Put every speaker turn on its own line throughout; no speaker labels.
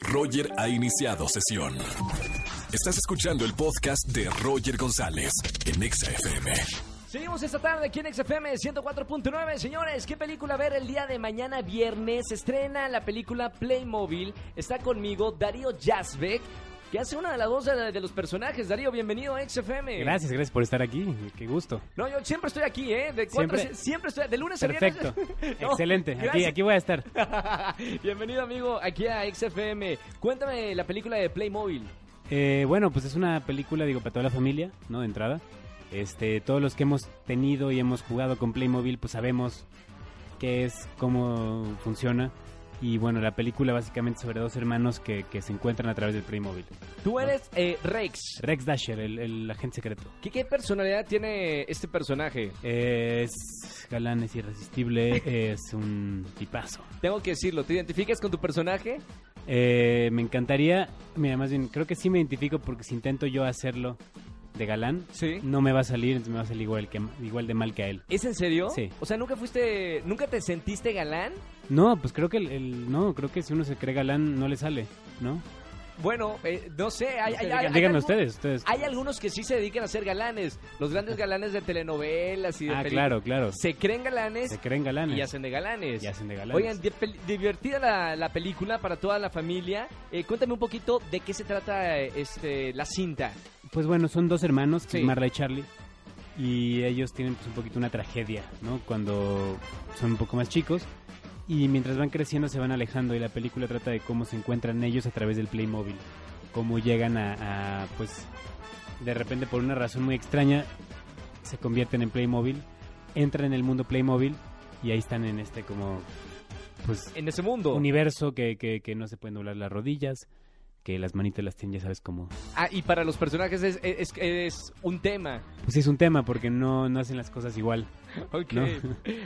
Roger ha iniciado sesión. Estás escuchando el podcast de Roger González en Exa FM.
Seguimos esta tarde aquí en XFM 104.9. Señores, ¿qué película ver el día de mañana viernes? Se Estrena la película Playmobil. Está conmigo Darío Jasbeck, que hace una de las dos de, de los personajes. Darío, bienvenido a XFM.
Gracias, gracias por estar aquí. Qué gusto.
No, yo siempre estoy aquí, ¿eh? De cuatro, siempre,
Siempre.
siempre estoy, de lunes a
Perfecto.
viernes. No,
Excelente. Aquí,
gracias.
aquí voy a estar.
bienvenido, amigo, aquí a XFM. Cuéntame la película de Playmobil.
Eh, bueno, pues es una película, digo, para toda la familia, ¿no? De entrada. Este, todos los que hemos tenido y hemos jugado con Playmobil, pues sabemos qué es, cómo funciona. Y bueno, la película básicamente sobre dos hermanos que, que se encuentran a través del Playmobil.
Tú eres eh, Rex.
Rex Dasher, el, el agente secreto.
¿Qué, qué personalidad tiene este personaje?
Eh, es galán, es irresistible, es un tipazo.
Tengo que decirlo, ¿te identificas con tu personaje?
Eh, me encantaría, mira, más bien, creo que sí me identifico porque si intento yo hacerlo de galán,
Sí.
no me va a salir, entonces me va a salir igual, que, igual de mal que a él.
¿Es en serio?
Sí.
O sea, nunca fuiste, nunca te sentiste galán.
No, pues creo que el, el- no, creo que si uno se cree galán no le sale, ¿no?
Bueno, eh, no sé. Hay, hay- hay- hay
Díganme
algún-
ustedes, ustedes.
Hay algunos que sí se dedican a ser galanes. Los grandes galanes de telenovelas y de
ah,
películas.
claro, claro.
Se creen galanes
Se creen galanes.
y hacen de galanes.
Y hacen de galanes.
Oigan, di- pel- divertida la, la película para toda la familia. Eh, cuéntame un poquito de qué se trata eh, este la cinta.
Pues bueno, son dos hermanos, que
Sí.
es Marla y Charlie, y ellos tienen pues, un poquito una tragedia, ¿no? Cuando son un poco más chicos, y mientras van creciendo se van alejando, y la película trata de cómo se encuentran ellos a través del Playmobil, cómo llegan a, a, pues, de repente por una razón muy extraña, se convierten en Playmobil, entran en el mundo Playmobil, y ahí están en este como, pues,
En ese mundo.
universo que, que, que no se pueden doblar las rodillas, que las manitas las tienen, ya sabes, como
Ah, y para los personajes es, es- es un tema.
Pues sí, es un tema porque no, no hacen las cosas igual.
Ok.
No.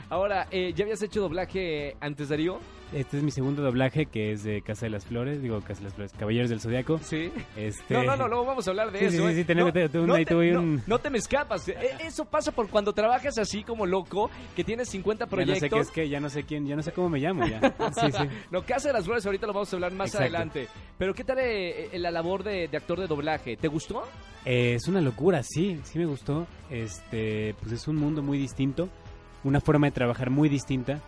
Ahora, eh, ¿ya habías hecho doblaje antes, Darío?
Este es mi segundo doblaje que es de Casa de las Flores, digo Casa de las Flores, Caballeros del Zodiaco.
Sí.
Este,
No, no, no, luego vamos a hablar de
Sí,
eso.
sí, sí,
¿eh?
sí,
no,
tenemos- te- te-
no
ahí
te,
te voy
no-
un-
no te me escapas. Eh, Eso pasa por cuando trabajas así como loco, que tienes 50
ya no sé qué
proyectos.
es que, ya no sé quién, ya no sé cómo me llamo ya. Sí, sí.
No, Casa de las Flores ahorita lo vamos a hablar más
Exacto.
adelante. Pero ¿qué tal eh, eh, la labor de, de actor de doblaje? ¿Te gustó?
Eh, es una locura, sí, sí me gustó. Este, pues es un mundo muy distinto, una forma de trabajar muy distinta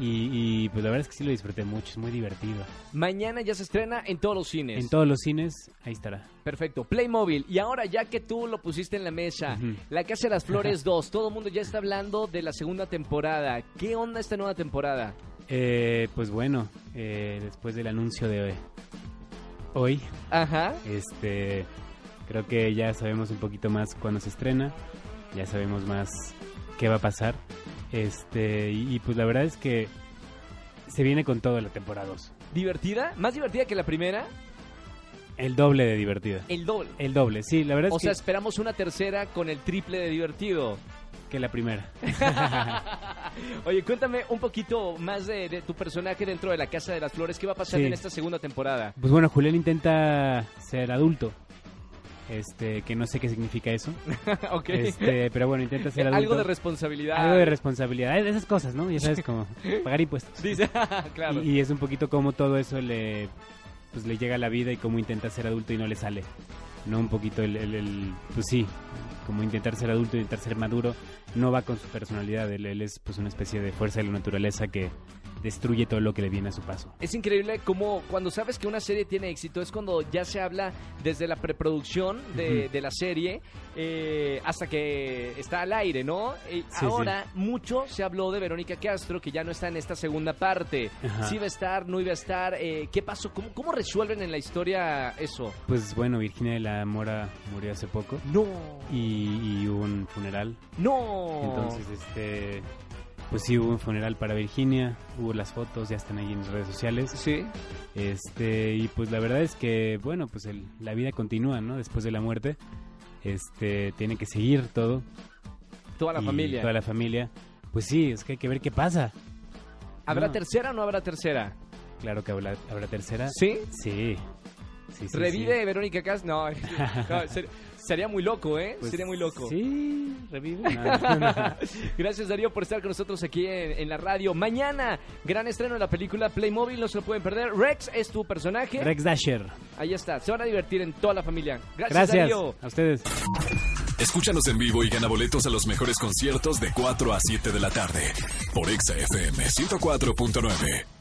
y, y, pues la verdad es que sí lo disfruté mucho, es muy divertido.
Mañana ya se estrena en todos los cines.
En todos los cines, ahí estará.
Perfecto. Playmobil. Y ahora ya que tú lo pusiste en la mesa,
Ujú.
La Casa de las Flores 2, todo el mundo ya está hablando de la segunda temporada. ¿Qué onda esta nueva temporada?
Eh, pues bueno, eh, después del anuncio de hoy,
Ajá.
Este, creo que ya sabemos un poquito más cuándo se estrena, ya sabemos más qué va a pasar. Este, y, y pues la verdad es que se viene con todo la temporada 2.
¿Divertida? ¿Más divertida que la primera?
El doble de divertida.
El doble.
El doble, sí, la verdad es
O
que,
sea, esperamos una tercera con el triple de divertido.
que la primera.
Oye, cuéntame un poquito más de, de tu personaje dentro de la Casa de las Flores. ¿Qué va a pasar
Sí.
en esta segunda temporada?
Pues bueno, Julián intenta ser adulto. Este, que no sé qué significa eso.
ok.
Este, pero bueno, intenta ser adulto.
Algo de responsabilidad.
Algo de responsabilidad, eh, esas cosas, ¿no? Ya sabes, como pagar impuestos.
Dice, claro.
Y, y es un poquito como todo eso le, pues, le llega a la vida y cómo intenta ser adulto y no le sale. No, un poquito el, el- el- pues sí, como intentar ser adulto, intentar ser maduro, no va con su personalidad. Él, él es pues una especie de fuerza de la naturaleza que destruye todo lo que le viene a su paso.
Es increíble cómo cuando sabes que una serie tiene éxito es cuando ya se habla desde la preproducción de,
Ujú.
de la serie eh, hasta que está al aire, ¿no? Y
Sí,
ahora mucho se habló de Verónica Castro que ya no está en esta segunda parte.
Ajá.
Si iba a estar, no iba a estar. eh, ¿Qué pasó? ¿Cómo, ¿Cómo resuelven en la historia eso?
Pues bueno, Virginia de la Mora murió hace poco
No.
y, y hubo un funeral.
No.
Entonces, este, pues sí, hubo un funeral para Virginia, hubo las fotos, ya están ahí en las redes sociales.
Sí.
Este, y pues la verdad es que, bueno, pues el- la vida continúa, ¿no? Después de la muerte. Este, tiene que seguir todo.
Toda la
y
familia.
Toda la familia. Pues sí, es que hay que ver qué pasa.
¿Habrá
No.
tercera o no habrá tercera?
Claro que habrá, habrá tercera.
Sí.
Sí. Sí, sí,
¿Revive Verónica Castro? No, no, ser- sería muy loco, ¿eh?
Pues,
sería muy loco.
Sí, revive. No, no.
Gracias Darío por estar con nosotros aquí en, en la radio. Mañana, gran estreno de la película Playmobil, no se lo pueden perder. Rex es tu personaje.
Rex Dasher.
Ahí está, se van a divertir en toda la familia. Gracias,
Gracias
Darío.
a ustedes.
Escúchanos en vivo y gana boletos a los mejores conciertos de 4 a 7 de la tarde por Exa FM 104.9.